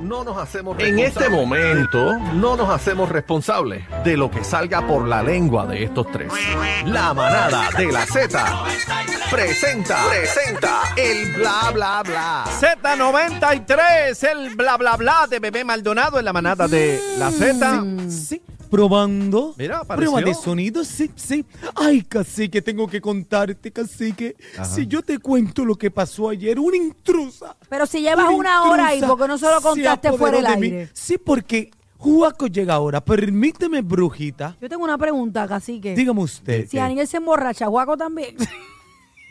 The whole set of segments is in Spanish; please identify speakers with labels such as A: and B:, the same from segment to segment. A: no nos hacemos En este momento no nos hacemos responsables de lo que salga por la lengua de estos tres. La manada de la Z presenta, presenta el bla bla bla.
B: Z93, el bla bla bla de Bebé Maldonado en la manada de la Z.
C: Mm.
D: Sí, probando.
B: Mm. Mira, apareció.
D: Prueba de sonido, sí, sí. Ay, cacique, tengo que contarte, cacique. Si yo te cuento lo que pasó ayer, una intrusa.
C: Pero si llevas una hora ahí, porque no se lo contaste fuera del
D: del
C: aire.
D: Sí, porque Juaco llega ahora. Permíteme, brujita.
C: Yo tengo una pregunta, cacique.
D: Dígame usted.
C: si Aniel se emborracha, Juaco también.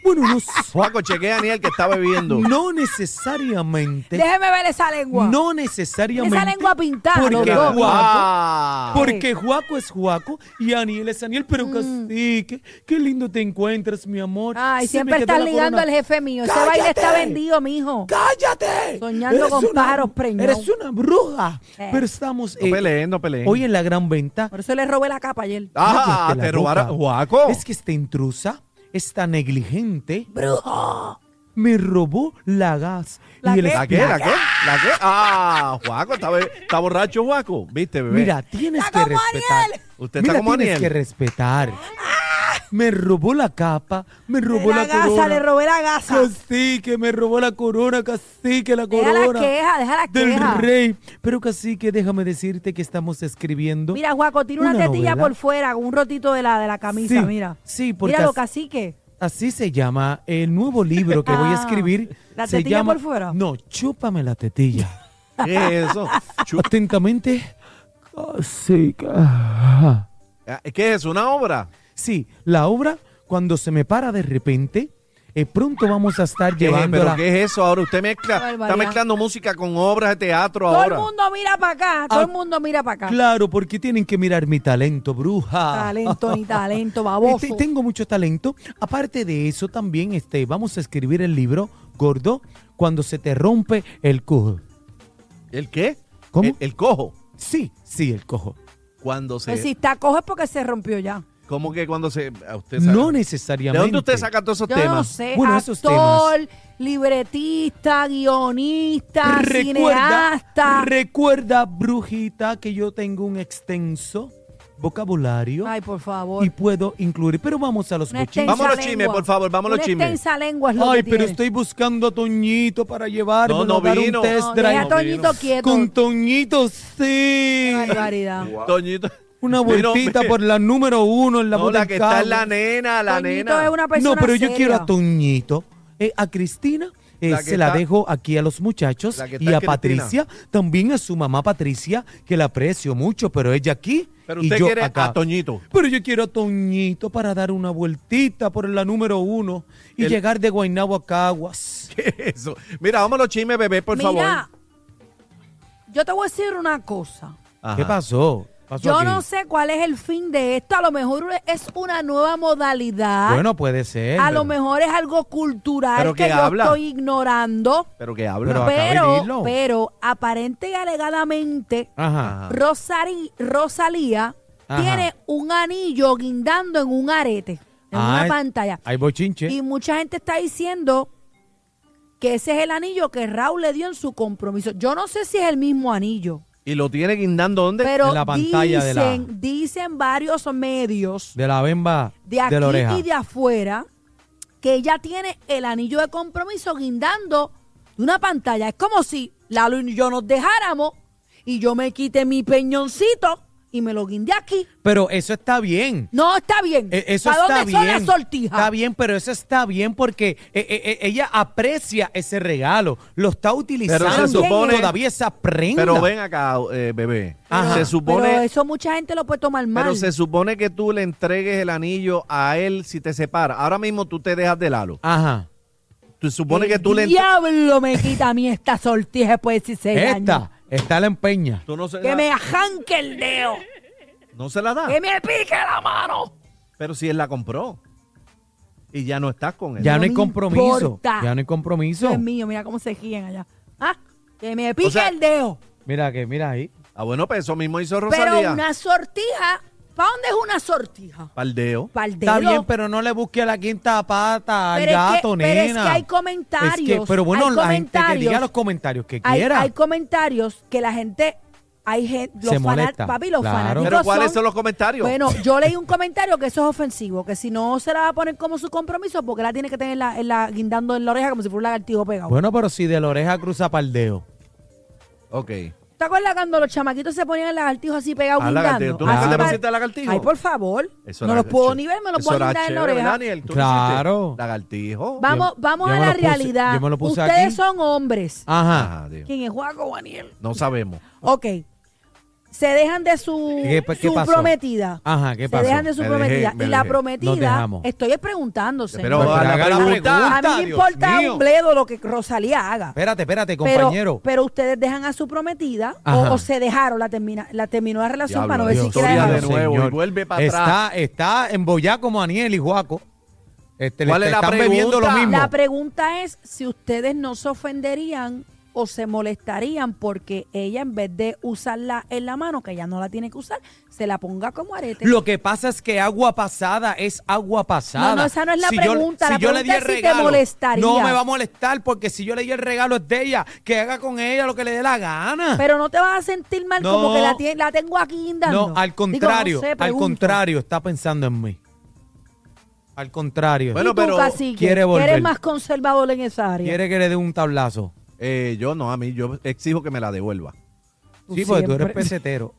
D: Bueno, no, sé.
B: Juaco, chequea a Aniel que está
C: Mm.
B: bebiendo.
D: no necesariamente.
C: Déjeme ver esa lengua.
D: No necesariamente.
C: Esa lengua pintada, los
D: Porque
C: dos.
D: Juaco-
B: Ah.
D: Porque Juaco es Juaco y Aniel es Aniel,
C: Mm.
D: pero cacique, qué lindo te encuentras, mi amor.
C: Ay,
D: Se
C: siempre
D: me quedó
C: estás
D: la
C: ligando
D: corona.
C: al jefe mío. Ese
D: ¡Cállate!
C: baile está vendido, mijo.
D: ¡Cállate!
C: Soñando con
D: una-
C: pájaros preñados.
D: Eres una bruja.
C: Eh.
D: Pero estamos
B: No peleen, no peleen.
D: hoy en la gran venta.
C: Por eso le robé la capa ayer.
B: ah,
D: Cállate la
B: te robaron.
D: boca.
B: Juaco.
D: Es que esta intrusa, esta negligente. ¡Bruja! Me robó la gas.
C: ¿La
D: Y el-
C: qué?
B: ¿La qué? ¿La qué? ¿La qué? Ah, Juaco, está, be- está borracho, Juaco. ¿Viste, bebé?
D: Mira, tienes
C: ¡Está
D: que
C: como
D: respetar.
C: Aniel! Ah.
B: Usted
D: Mira,
B: está como
D: tienes
B: Aniel.
D: que respetar. Me robó la capa, me robó
C: la
D: la,
C: gasa,
D: corona.
C: le robé la gasa.
D: Cacique, me robó la corona, cacique, la
C: Deja la
D: corona.
C: queja, deja la
D: Del
C: queja.
D: rey. Pero cacique, déjame decirte que estamos escribiendo.
C: Mira, Juaco, tiene una, tetilla
D: novela.
C: por fuera, con un rotito de la, de la camisa,
D: Sí,
C: mira.
D: sí, porque
C: Míralo,
D: así-
C: cacique.
D: Así se llama el nuevo libro que voy a
C: Ah,
D: escribir.
C: ¿la
D: se
C: tetilla
D: llama-
C: por fuera?
D: No, chúpame la tetilla.
B: ¿Qué es eso? Chu-
D: Atentamente. Cacique. Ajá.
B: Ah, ¿Qué es? ¿Una obra?
D: Sí, la obra, cuando se me para de repente, eh, pronto vamos a estar
B: ¿Qué es? ¿Pero
D: llevándola.
B: qué es eso? Ahora usted
C: Qué
B: mezcla, está
C: barbaridad.
B: mezclando música con obras de teatro
C: Todo
B: ahora.
C: el mundo mira para acá, todo
D: Ah,
C: el mundo mira para acá.
D: Claro, porque tienen que mirar mi talento, bruja.
C: Talento ni talento,
D: Eh,
C: baboso.
D: te- tengo mucho talento. Aparte de eso, también este, vamos a escribir el libro Gordo, cuando se te rompe el cojo.
B: ¿El qué?
D: ¿Cómo?
B: El, el cojo.
D: Sí, sí, el cojo.
B: Cuando se...
C: Pues si está cojo es porque se rompió ya.
B: ¿Cómo que cuando se... a usted saca-
D: No
B: ¿De
D: necesariamente.
B: dónde usted saca todos esos
C: Yo
B: temas?
C: no sé,
D: Bueno, esos
C: actor, libretista, guionista,
D: Recuerda,
C: cineasta.
D: recuerda, brujita, que yo tengo un extenso vocabulario
C: Ay, por favor.
D: y puedo incluir. Pero vamos a los
C: Una
D: bochitos.
C: extensa
B: Vamos a los
C: lengua.
B: chismes, por favor, vamos a los
C: Una
B: chismes.
C: extensa lengua es lo
D: Ay,
C: que
D: pero
C: tiene.
D: estoy buscando a Toñito para llevarme
B: No, no
D: a dar
B: vino.
D: un test
C: No,
D: drive.
C: deja a Toñito quieto.
D: Con Toñito, sí.
C: Qué barbaridad.
B: Toñito.
D: Una
B: Mira,
D: vueltita
B: mira.
D: por la número uno en la
B: No, la
D: Botancagua.
B: que está en la nena, la
C: Toñito
B: nena.
C: es una persona
D: No, pero yo
C: seria.
D: quiero a Toñito. Eh, a Cristina eh,
B: La que
D: se la
B: está-
D: dejo aquí a los muchachos
B: La que está
D: y a
B: Cristina.
D: Patricia. También a su mamá Patricia, que la aprecio mucho, pero ella aquí
B: Pero
D: y
B: usted
D: yo
B: quiere
D: acá.
B: a Toñito.
D: Pero yo quiero a Toñito para dar una vueltita por la número uno y
B: El-
D: llegar de Guaynabo a Caguas.
B: Eso. Mira, vamos a los chismes, bebé, por favor.
C: Mira, yo te voy a decir una cosa.
B: Ajá.
D: ¿Qué pasó? ¿Pasó
C: Yo
D: aquí?
C: no sé cuál es el fin de esto. A lo mejor es una nueva modalidad.
D: Bueno, puede ser.
C: ah, a
D: pero-
C: lo mejor es algo cultural
B: Pero
C: que
B: que
C: yo
B: habla.
C: estoy ignorando.
B: Pero que habla.
D: Pero- acaba de
C: Pero,
D: decirlo.
C: pero aparente y alegadamente,
D: Ajá.
C: Rosari- Rosalía
D: Ajá.
C: tiene un anillo guindando en un arete, en una
D: Ah,
C: pantalla.
D: Hay bochinche.
C: Y mucha gente está diciendo que ese es el anillo que Raúl le dio en su compromiso. Yo no sé si es el mismo anillo,
B: ¿Y lo tiene guindando dónde?
C: pero
D: En la pantalla de la-
C: dicen, dicen varios medios
D: De la bemba
C: de aquí
D: la oreja.
C: y de afuera que ella tiene el anillo de compromiso guindando de una pantalla. Es como si Lalo y yo nos dejáramos y yo me quite mi peñoncito y me lo guindé aquí.
D: Pero eso está bien.
C: No, está bien.
D: E- eso
C: ¿Para
D: está
C: dónde
D: bien.
C: son las sortijas?
D: Está bien, pero eso está bien porque eh, eh, eh, ella aprecia ese regalo. Lo está utilizando.
B: supone-
D: todavía esa prenda.
B: Pero ven acá, eh, bebé.
D: Ajá.
B: Se
C: Pero
B: supone...
C: eso mucha gente lo puede tomar mal.
B: Pero se supone que tú le entregues el anillo a él si te separas. Ahora mismo tú te dejas de Lalo.
D: Ajá.
B: Se supone que tú le...
C: El
B: entre-
C: diablo me quita a mí esta sortija después de 16 años.
D: Esta, está la empeña.
B: Tú no se,
C: Que
B: la,
C: me ajanque el dedo.
B: no se la das.
C: Que me pique la mano.
B: Pero si él la compró. Y ya no estás con él.
D: Ya no,
C: No
D: hay
C: me
D: compromiso.
C: importa.
D: Ya no hay compromiso.
C: Dios mío, mira cómo se ríen allá. Ah, que me pique
B: sea,
C: el dedo.
D: Mira que, mira ahí.
B: Ah, bueno, pues eso mismo hizo
C: Pero
B: Rosalía.
C: una sortija ¿Para dónde es una sortija?
B: Paldeo.
C: Para el dedo.
D: Está bien, pero no le busque la quinta pata al
C: Pero es
D: gato,
C: que-
D: nena.
C: pero es que hay comentarios,
D: Es que- pero bueno,
C: hay
D: la gente que diga
C: comentarios.
D: los comentarios que
C: hay,
D: quiera.
C: hay comentarios que la gente, hay gente, los
D: Se
C: fana-
D: molesta,
C: papi, los
D: claro.
C: fanáticos
B: Pero ¿cuáles
C: son-
B: son los comentarios?
C: Bueno, yo leí un comentario que eso es ofensivo, que si no se la va a poner como su compromiso, porque la tiene que tener en la, en la- guindando en la oreja como si fuera un lagartijo pegado.
D: Bueno, pero si de la oreja cruza paldeo.
B: Ok.
C: ¿Te acuerdas cuando los chamaquitos se ponían el lagartijo así pegado
B: Ah, lagartijo.
C: guindando?
B: ¿Tú nunca
C: Así
B: te
C: pa-
B: pusiste lagartijo?
C: Ay, por favor. no los puedo ni ver, me los puedo guindar en la oreja.
D: Claro.
B: Lagartijo.
C: Vamos,
D: Yo-
C: vamos
D: yo
C: a
D: me
C: la
D: lo puse-
C: realidad.
D: yo me lo puse
C: Ustedes
D: aquí. Ah,
C: son hombres.
D: Ajá.
B: Ajá, Ah, Dios.
C: ¿Quién es Juaco o Daniel?
B: No sabemos.
C: Ok. Se dejan de su,
D: ¿Qué pa- qué
C: su
D: pasó?
C: prometida.
D: Ajá, ¿qué pasó?
C: Se dejan de su
B: Me dejé,
C: prometida.
B: me
C: y la
B: dejé.
D: Nos
C: prometida,
D: dejamos.
C: estoy es preguntándose.
B: Pero,
D: Pero
B: la
D: haga
B: pregunta.
D: la
C: a mí me
D: Dios
C: importa
D: mío.
C: un bledo lo que Rosalía haga.
D: Espérate, espérate,
C: Pero-
D: compañero.
C: Pero, ustedes dejan a su prometida
D: Ajá.
C: o, o se dejaron, la, termina, la terminó la relación
B: Diablo,
C: para no decir
B: Dios,
C: que la
B: historia
C: dejaron.
B: de nuevo y vuelve pa' atrás.
D: Está, está en Boyá como Aniel y Juaco. Este, le
B: ¿Cuál es
D: te
B: la
D: están bebiendo lo
B: pregunta?
D: mismo.
C: La pregunta es si ustedes no se ofenderían o se molestarían porque ella en vez de usarla en la mano, que ya no la tiene que usar, se la ponga como arete.
D: Lo que pasa es que agua pasada es agua pasada.
C: No, no, esa no es la
D: yo-
C: pregunta. La
D: si yo le di
C: pregunta
D: el
C: es si te
D: regalo,
C: molestaría.
D: No me va a molestar porque si yo le di el regalo es de ella. Que haga con ella lo que le dé la gana.
C: Pero no te vas a sentir mal
D: No.
C: como que la, tie- la tengo aquí guindando.
D: no, al
C: Digo, no
D: contrario.
C: sé,
D: al
C: pregunto.
D: contrario, está pensando en mí. Al contrario.
C: ¿Y
B: Bueno,
C: tú,
B: pero
C: cacique?
D: quiere volver.
C: ¿Eres más conservador en esa área?
D: Quiere que le dé un tablazo.
B: Eh, yo no, a mí, yo exijo que me la devuelva.
C: Tú
D: sí, porque tú eres
C: siempre.
D: pesetero.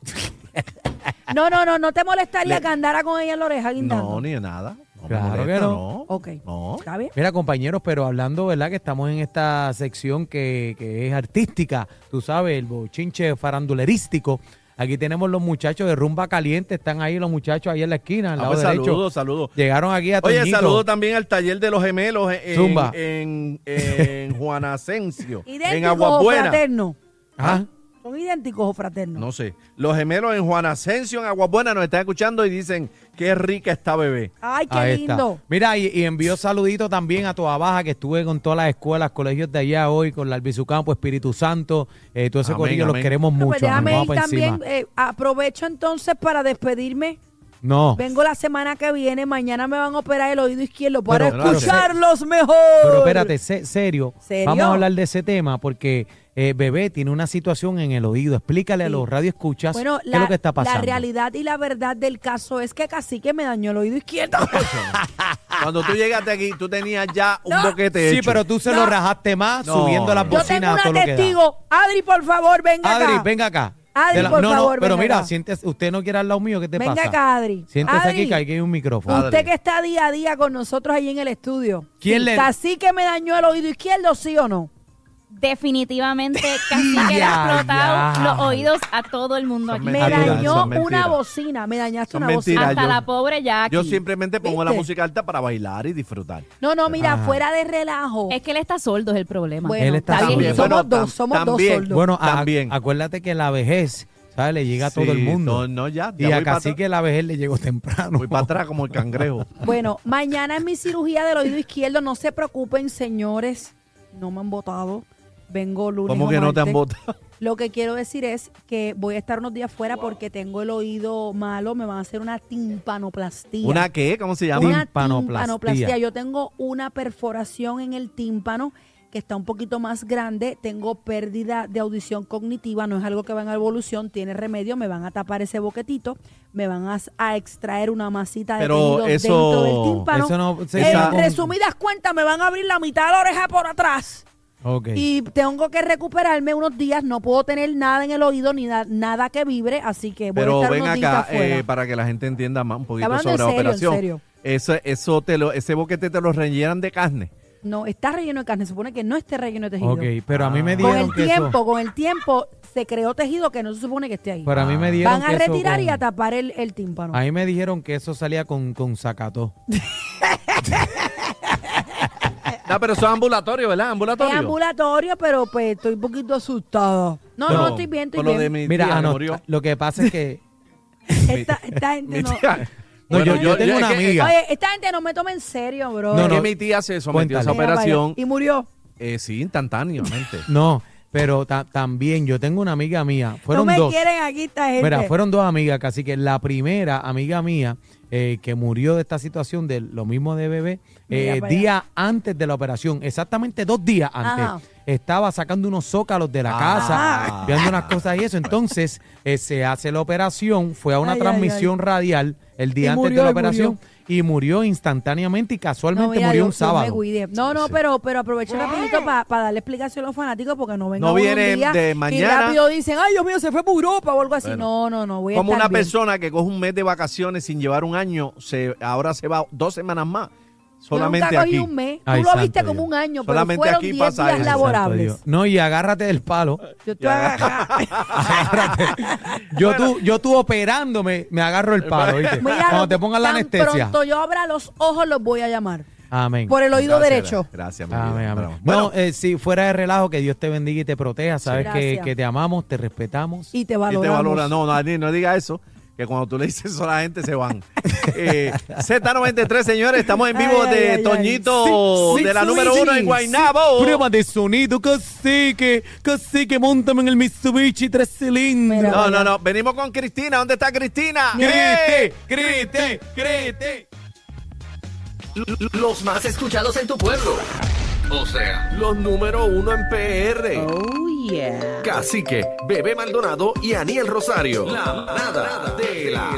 C: No, no, no, no te molestaría que andara con ella en la oreja guindando.
B: No, ni de nada. No me
D: Claro que
B: molesta,
D: no.
C: Ok.
B: No.
C: ¿Está bien?
D: Mira, compañeros, pero hablando, ¿verdad? Que estamos en esta sección que, que es artística, tú sabes, el bochinche farandulerístico. Aquí tenemos los muchachos de Rumba Caliente, están ahí los muchachos ahí en la esquina, al
B: Ah,
D: lado
B: pues,
D: derecho.
B: saludos, saludos.
D: Llegaron aquí a
B: Oye,
D: Toñito.
B: saludo también al taller de los gemelos en, en-
D: Zumba.
B: en, en Juan Asensio, en
C: ¿Idénticos o
B: Aguabuena.
C: fraternos?
B: ah.
D: Ajá.
C: ¿Son idénticos o fraternos?
B: No sé. Los gemelos en Juan Asensio, en Aguabuena, nos están escuchando y dicen, qué rica está bebé.
C: Ay, qué
D: Ahí está.
C: lindo.
D: Mira, y, y envió saluditos también a Toa Baja, que estuve con todas las escuelas, colegios de allá hoy, con la Albizucampo, Espíritu Santo, eh, todo ese
B: Amén,
D: corillo, los
B: amén.
D: queremos
C: Bueno,
D: mucho.
C: pues
D: amén.
C: déjame
D: Vamos
C: ir
D: pa' encima.
C: también. eh, aprovecho entonces para despedirme.
D: No,
C: Vengo la semana que viene. Mañana me van a operar el oído izquierdo para
D: Pero-
C: escucharlos mejor.
D: pero espérate, se- serio,
C: ¿Serio?
D: vamos a hablar de ese tema porque eh, Bebé tiene una situación en el oído. Explícale a
C: Sí.
D: los radioescuchas
C: Bueno,
D: qué es lo que está
C: la
D: pasando.
C: realidad y la verdad del caso es que Cacique me dañó el oído izquierdo.
B: Cuando tú llegaste aquí, tú tenías ya un
C: No.
B: boquete
D: sí,
B: hecho.
D: pero tú se
C: No.
D: lo rajaste más
B: No.
D: subiendo las
C: Yo tengo
D: bocinas a
C: una
D: todo lo que da.
C: testigo. Adri, por favor, venga
D: Adri,
C: acá.
D: venga acá.
C: Adri,
D: De la-
C: por
D: no,
C: favor,
D: no, pero
C: venga
D: mira,
C: acá.
D: siéntese, usted no quiere al lado mío, ¿qué te
C: Venga
D: pasa?
C: acá, Adri.
D: Siéntese
C: Adri.
D: aquí que aquí hay un micrófono.
B: Adri.
C: Usted que está día a día con nosotros ahí en el estudio.
D: ¿Quién le-
C: Cacique me dañó el oído izquierdo, sí o no?
E: Definitivamente casi que le ha
D: Ya, ya.
E: explotado los oídos a todo el mundo
B: Son
E: aquí.
C: Me
B: Mentiras,
C: dañó
B: son
C: una
B: mentiras.
C: bocina. Me dañaste
B: Son
C: una bocina.
B: mentiras,
E: Hasta
B: yo-
E: la pobre Jackie.
B: Yo simplemente pongo la
C: ¿Viste?
B: música alta para bailar y disfrutar.
C: No, no, mira, fuera de relajo.
E: Es que él está sordo, es el problema.
C: Bueno,
D: Él está
C: está bien,
D: también.
C: somos
B: Bueno,
C: dos,
B: tam-
C: somos
B: también.
C: dos sordos.
D: Bueno, a-
B: También.
D: acuérdate que la vejez, ¿sabes? Le llega a todo
B: Sí,
D: el
B: no,
D: mundo.
B: no, ya, ya
D: y
B: voy
D: a
B: pa'
D: casi que la vejez le llegó temprano.
B: Voy para atrás como el cangrejo.
C: Bueno, mañana es mi cirugía del oído izquierdo. No se preocupen, señores. No me han votado. Vengo lunes.
B: ¿Cómo
C: o
B: que no te han
C: martes.
B: votado?
C: Lo que quiero decir es que voy a estar unos días fuera porque tengo el oído malo. Me van a hacer una timpanoplastia.
B: ¿Una qué? ¿Cómo se llama?
C: Una
D: Timpanoplastia.
C: timpanoplastia. Yo tengo una perforación en el tímpano que está un poquito más grande. Tengo pérdida de audición cognitiva. No es algo que va en evolución. Tiene remedio. Me van a tapar ese boquetito. Me van a, a extraer una masita de
B: Pero
C: tejido
B: eso-
C: dentro del tímpano.
D: Eso no se
C: en
B: llama-
C: resumidas cuentas, me van a abrir la mitad de la oreja por atrás.
D: Ok.
C: Y tengo que recuperarme unos días. No puedo tener nada en el oído ni na- nada que vibre. Así que voy a
B: Pero
C: estar
B: ven
C: unos días
B: acá
C: afuera.
B: eh, para que la gente entienda más un poquito
C: hablando
B: sobre
C: en
B: la
C: serio, en
B: operación.
C: serio.
B: Eso, eso te lo, ese boquete te lo rellenan de carne.
C: No, está relleno de carne. Se supone que no esté relleno de tejido.
D: ok, pero a mí me
C: Ah. Con
D: dieron
C: el
D: que
C: tiempo,
D: eso...
C: con el tiempo se creó tejido que no se supone que esté ahí.
D: Pero a mí me dieron
C: Van a
D: que eso
C: retirar y
D: con-
C: a tapar el, el tímpano.
D: A mí me dijeron que eso salía con, con sacató.
B: No, pero eso es ambulatorio, ¿verdad?
C: Ah. Es
B: Ambulatorio.
C: ambulatorio, pero pues estoy un poquito asustada. No, no,
B: Bueno,
C: estoy bien, estoy
B: con lo
C: bien.
B: de mi
D: Mira,
B: tía que
D: ah, no,
B: murió.
D: lo que pasa es que...
C: Esta, esta gente
B: Mi
C: no.
B: tía.
D: No, yo,
B: Bueno,
D: yo tengo
B: es
D: una
B: que-
D: amiga.
C: Oye, esta gente no me toma en serio, bro.
D: No,
B: Es que
D: no.
B: mi tía se sometió a esa
D: Cuéntale.
C: Mira para allá.
B: operación,
C: Y murió.
B: eh, sí, instantáneamente.
D: No, Pero ta- también yo tengo una amiga mía,
C: No
D: fueron
C: me
D: dos.
C: quieren aquí esta gente.
D: Mira, fueron dos amigas, casi que la primera amiga mía eh, que murió de esta situación de lo mismo de bebé,
C: Mira
D: eh,
C: para allá.
D: día antes de la operación, exactamente dos días antes,
C: Ajá.
D: estaba sacando unos zócalos de la
B: Ah.
D: casa, viendo unas cosas y eso. Entonces eh, se hace la operación, fue a una
C: Ay, ay,
D: transmisión radial el día
C: Y
D: antes
C: murió,
D: de la
C: y murió.
D: operación y murió instantáneamente y
C: No,
D: casualmente
C: mira,
D: murió
C: Dios-
D: un
C: Dios me
D: sábado.
C: cuide. No, no,
D: Sí.
C: pero, pero aprovecho rapidito para darle explicación a los fanáticos porque no vengan
B: No
C: uno un
B: viene
C: día
B: de
C: Y
B: mañana.
C: rápido dicen, ay Dios mío, se fue para Europa o algo así.
B: Bueno.
C: no, no, no, voy a
B: Como
C: estar
B: una
C: bien.
B: persona que coge un mes de vacaciones sin llevar un año, se, ahora se va dos semanas más. Solamente
C: Yo nunca cogí
B: aquí.
C: un mes.
D: Ay,
C: Tú lo viste
D: santo
C: como
D: Dios.
C: un año,
B: Solamente
C: pero
B: aquí
C: fueron 10
B: pasa
C: días
B: eso.
D: Santo
C: laborables.
D: Dios. No, y agárrate del palo.
C: Yo estoy acá.
D: Yo tú, yo tú operándome, me agarro el palo, ¿oíste?
C: Mira,
D: Cuando
C: lo-
D: te pongan la
C: tan
D: anestesia.
C: pronto yo abra los ojos, los voy a llamar.
D: Amén.
C: Por el oído
B: Gracias,
C: derecho.
B: Gracias, mi vida.
D: Amén, amén.
B: Bravo.
D: no, eh, si fuera de relajo, que Dios te bendiga y te proteja. Sabes que,
C: Gracias.
D: que te amamos, te respetamos.
C: Y te
B: Y
C: valoramos.
B: te valora. No, no, ni- no diga eso. Que cuando tú le dices eso a la gente se van. Eh, Z93, señores, estamos en vivo
C: Ay,
B: de
C: ay, ay,
B: Toñito,
D: Sí,
B: de la
D: sí,
B: número
D: sí,
B: uno en
D: sí.
B: Guaynabo.
D: Prueba de sonido, cacique, cacique, montame en el Mitsubishi tres cilindros.
C: Mira.
B: No, no, no. Venimos con Cristina. ¿Dónde está Cristina? ¡Eh!
C: este,
D: Grite, grite, grite.
A: Los más escuchados en tu pueblo. O sea, los número uno en PR. Cacique, Bebé Maldonado y Aniel Rosario. La manada de la